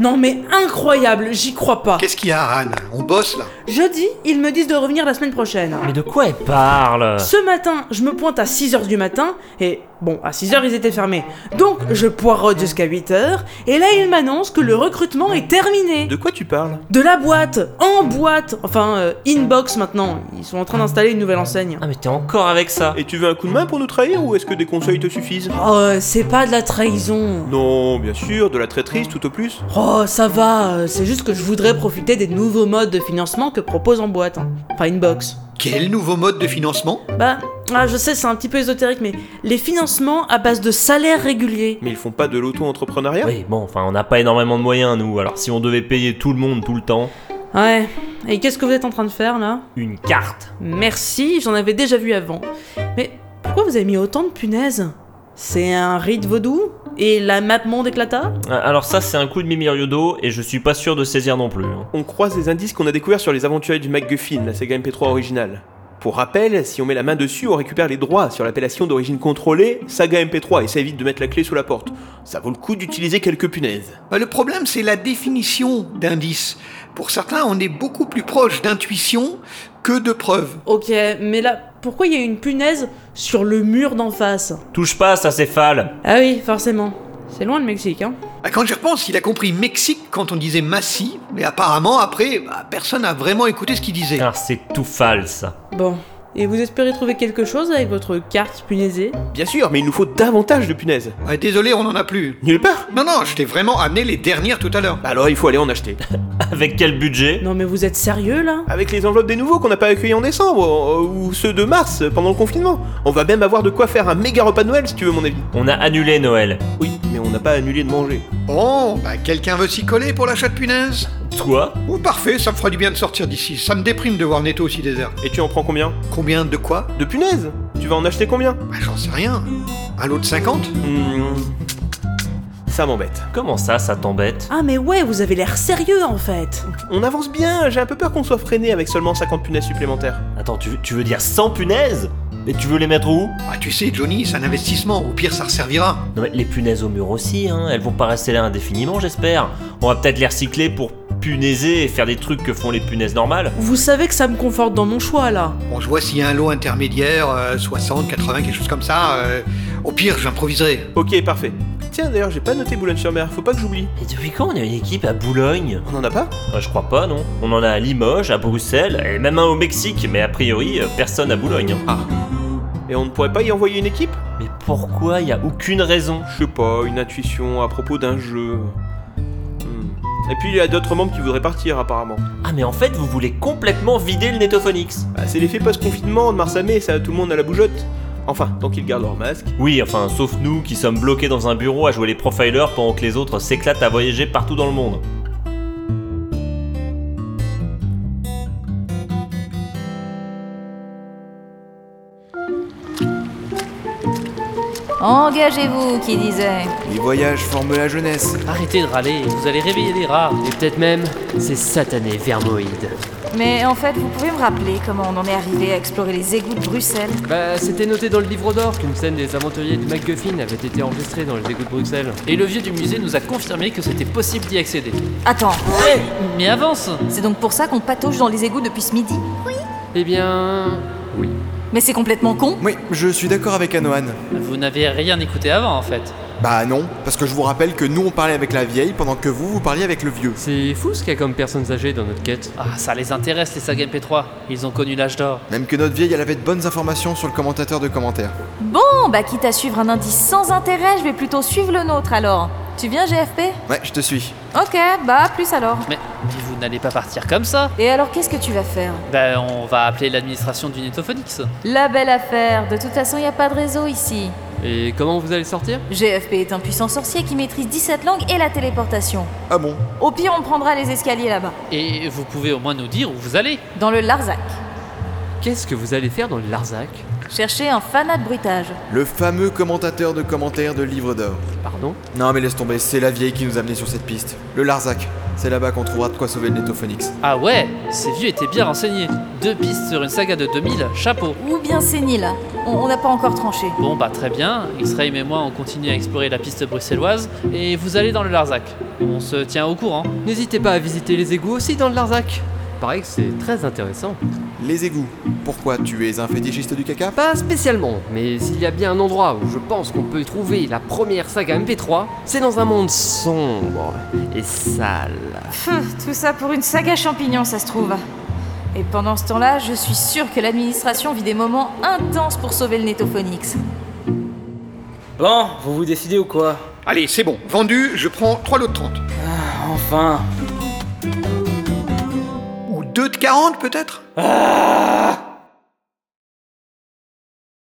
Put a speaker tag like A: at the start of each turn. A: Non mais incroyable, j'y crois pas.
B: Qu'est-ce qu'il y a, Anne On bosse là
A: Jeudi, ils me disent de revenir la semaine prochaine.
C: Mais de quoi elle parle
A: Ce matin, je me pointe à 6h du matin, et bon, à 6h ils étaient fermés. Donc, je poireaute jusqu'à 8h, et là ils m'annoncent que le recrutement est terminé.
D: De quoi tu parles
A: De la boîte, en boîte, enfin, euh, inbox maintenant. Ils sont en train d'installer une nouvelle enseigne.
C: Ah mais t'es encore avec ça
D: Et tu veux un coup de main pour nous trahir ou est-ce que des conseils te suffisent
A: Oh, euh, c'est pas de la trahison.
D: Non, bien sûr, de la traîtrise tout au plus.
A: Oh, ça va, euh, c'est juste que je voudrais profiter des nouveaux modes de financement que propose en boîte. hein. Enfin, inbox.
B: Quel nouveau mode de financement
A: Bah, ah, je sais, c'est un petit peu ésotérique, mais les financements à base de salaires réguliers.
D: Mais ils font pas de l'auto-entrepreneuriat
C: Oui, bon, enfin, on n'a pas énormément de moyens, nous, alors si on devait payer tout le monde tout le temps,
A: Ouais. Et qu'est-ce que vous êtes en train de faire là
C: une carte
A: Merci, j'en avais déjà vu avant. Mais pourquoi vous avez mis autant de punaises C'est un rite vaudou Et la map monde éclata
C: Ah, Alors ça, c'est un coup de Mimiriodo, et je suis pas sûr de saisir non plus. hein.
D: On croise des indices qu'on a découverts sur les aventuriers du MacGuffin, la saga MP3 originale. Pour rappel, si on met la main dessus, on récupère les droits sur l'appellation d'origine contrôlée, saga MP3, et ça évite de mettre la clé sous la porte. Ça vaut le coup d'utiliser quelques punaises.
B: Bah, Le problème, c'est la définition d'indice. Pour certains, on est beaucoup plus proche d'intuition que de preuve.
A: Ok, mais là, pourquoi il y a une punaise sur le mur d'en face
C: Touche pas, ça c'est fal
A: Ah oui, forcément. C'est loin le Mexique, hein
B: Ah, Quand j'y repense, il a compris Mexique quand on disait Massy, mais apparemment, après, bah, personne n'a vraiment écouté ce qu'il disait.
C: Ah, c'est tout fal, ça.
A: Bon. Et vous espérez trouver quelque chose avec votre carte punaisée
D: Bien sûr, mais il nous faut davantage de punaises.
B: Ah, désolé, on n'en a plus.
D: Nulle part Bah
B: Non, non, je t'ai vraiment amené les dernières tout à l'heure.
D: Alors il faut aller en acheter.
C: Avec quel budget
A: Non mais vous êtes sérieux là
D: Avec les enveloppes des nouveaux qu'on n'a pas accueillis en décembre, euh, ou ceux de mars euh, pendant le confinement. On va même avoir de quoi faire un méga repas de Noël si tu veux mon avis.
C: On a annulé Noël.
D: Oui, mais on n'a pas annulé de manger.
B: Bon, bah quelqu'un veut s'y coller pour l'achat de punaises
C: Toi
B: Bon, parfait, ça me fera du bien de sortir d'ici. Ça me déprime de voir Netto aussi désert.
D: Et tu en prends combien
B: Combien de quoi
D: De punaises Tu vas en acheter combien
B: Bah j'en sais rien. Un lot de 50
D: Hmm, Ça m'embête.
C: Comment ça, ça t'embête
A: Ah mais ouais, vous avez l'air sérieux en fait
D: On avance bien, j'ai un peu peur qu'on soit freiné avec seulement 50 punaises supplémentaires.
C: Attends, tu, tu veux dire 100 punaises Mais tu veux les mettre où
B: Ah tu sais, Johnny, c'est un investissement. Au pire, ça resservira.
C: Non mais les punaises au mur aussi, hein, elles vont pas rester là indéfiniment j'espère. On va peut-être les recycler pour punaiser et faire des trucs que font les punaises normales.
A: Vous savez que ça me conforte dans mon choix là.
B: Bon, je vois s'il y a un lot intermédiaire, euh, 60, 80, quelque chose comme ça. euh, au pire, j'improviserai.
D: Ok, parfait. Tiens d'ailleurs, j'ai pas noté Boulogne-sur-Mer, faut pas que j'oublie.
C: Et depuis quand on a une équipe à Boulogne
D: On en a pas
C: Euh, Je crois pas non. On en a à Limoges, à Bruxelles, et même un au Mexique, mais a priori euh, personne à Boulogne.
D: Et on ne pourrait pas y envoyer une équipe
C: Ah, Mais pourquoi y a aucune raison
D: Je sais pas, une intuition à propos d'un jeu. Hmm. Et puis il y a d'autres membres qui voudraient partir apparemment.
C: Ah mais en fait vous voulez complètement vider le Netophonix.
D: Bah, c'est l'effet post-confinement de mars à mai, ça tout le monde à la bougeotte. Enfin, tant qu'ils gardent leur masque.
C: Oui, enfin sauf nous qui sommes bloqués dans un bureau à jouer les profilers pendant que les autres s'éclatent à voyager partout dans le monde.
E: Engagez-vous, qui disait.
F: Les voyages forment la jeunesse.
G: Arrêtez de râler, vous allez réveiller les rats, et peut-être même ces satanés vermoïdes.
E: Mais en fait, vous pouvez me rappeler comment on en est arrivé à explorer les égouts de Bruxelles
G: Bah, c'était noté dans le livre d'or qu'une scène des aventuriers du MacGuffin avait été enregistrée dans les égouts de Bruxelles. Et le vieux du musée nous a confirmé que c'était possible d'y accéder.
E: Attends,
G: Mais avance
E: c'est donc pour ça qu'on patauge dans les égouts depuis ce midi
G: Eh bien...
E: Mais c'est complètement con
F: Oui, je suis d'accord avec Anoan.
G: Vous n'avez rien écouté avant, en fait.
F: Bah non, parce que je vous rappelle que nous on parlait avec la vieille pendant que vous vous parliez avec le vieux.
G: C'est fou ce qu'il y a comme personnes âgées dans notre quête. Ah, ça les intéresse, les sagas MP3. Ils ont connu l'âge d'or.
F: Même que notre vieille elle avait de bonnes informations sur le commentateur de commentaires.
E: Bon, bah quitte à suivre un indice sans intérêt, je vais plutôt suivre le nôtre alors. Tu viens, GFP
F: Ouais, je te suis.
E: Ok, bah plus alors.
G: Mais, mais vous n'allez pas partir comme ça
E: Et alors, qu'est-ce que tu vas faire
G: Bah, on va appeler l'administration du Netophonix.
E: La belle affaire, de toute façon, il a pas de réseau ici.
G: Et comment vous allez sortir
E: GFP est un puissant sorcier qui maîtrise 17 langues et la téléportation.
F: Ah bon
E: Au pire, on prendra les escaliers là-bas,
G: Et vous pouvez au moins nous dire où vous allez.
E: dans le Larzac.
G: Qu'est-ce que vous allez faire dans le Larzac
E: Chercher un fanat de bruitage.
F: Le fameux commentateur de commentaires de Livre d'Or.
G: Pardon
F: Non mais laisse tomber, c'est la vieille qui nous a amenés sur cette piste. Le Larzac, c'est là-bas qu'on trouvera de quoi sauver le Netophonix.
G: Ah ouais, ces vieux étaient bien renseignés. Deux pistes sur une saga de 2000, chapeau.
E: Ou bien sénile. On on n'a pas encore tranché.
G: Bon bah très bien, X-Ray et moi on continue à explorer la piste bruxelloise et vous allez dans le Larzac. On se tient au courant. N'hésitez pas à visiter les égouts aussi dans le Larzac. Pareil que c'est très intéressant.
F: Les égouts. Pourquoi Tu es un fétichiste du caca
H: Pas spécialement, mais s'il y a bien un endroit où je pense qu'on peut trouver la première saga MP3, c'est dans un monde sombre et sale.
E: Pfff, tout ça pour une saga champignon, ça se trouve. Et pendant ce temps-là, je suis sûre que l'administration vit des moments intenses pour sauver le Netophonix.
I: Bon, vous vous décidez ou quoi
B: Allez, c'est bon. Vendu, je prends 3 lots de 30.
I: Enfin
B: Ou 2 de 40 peut-être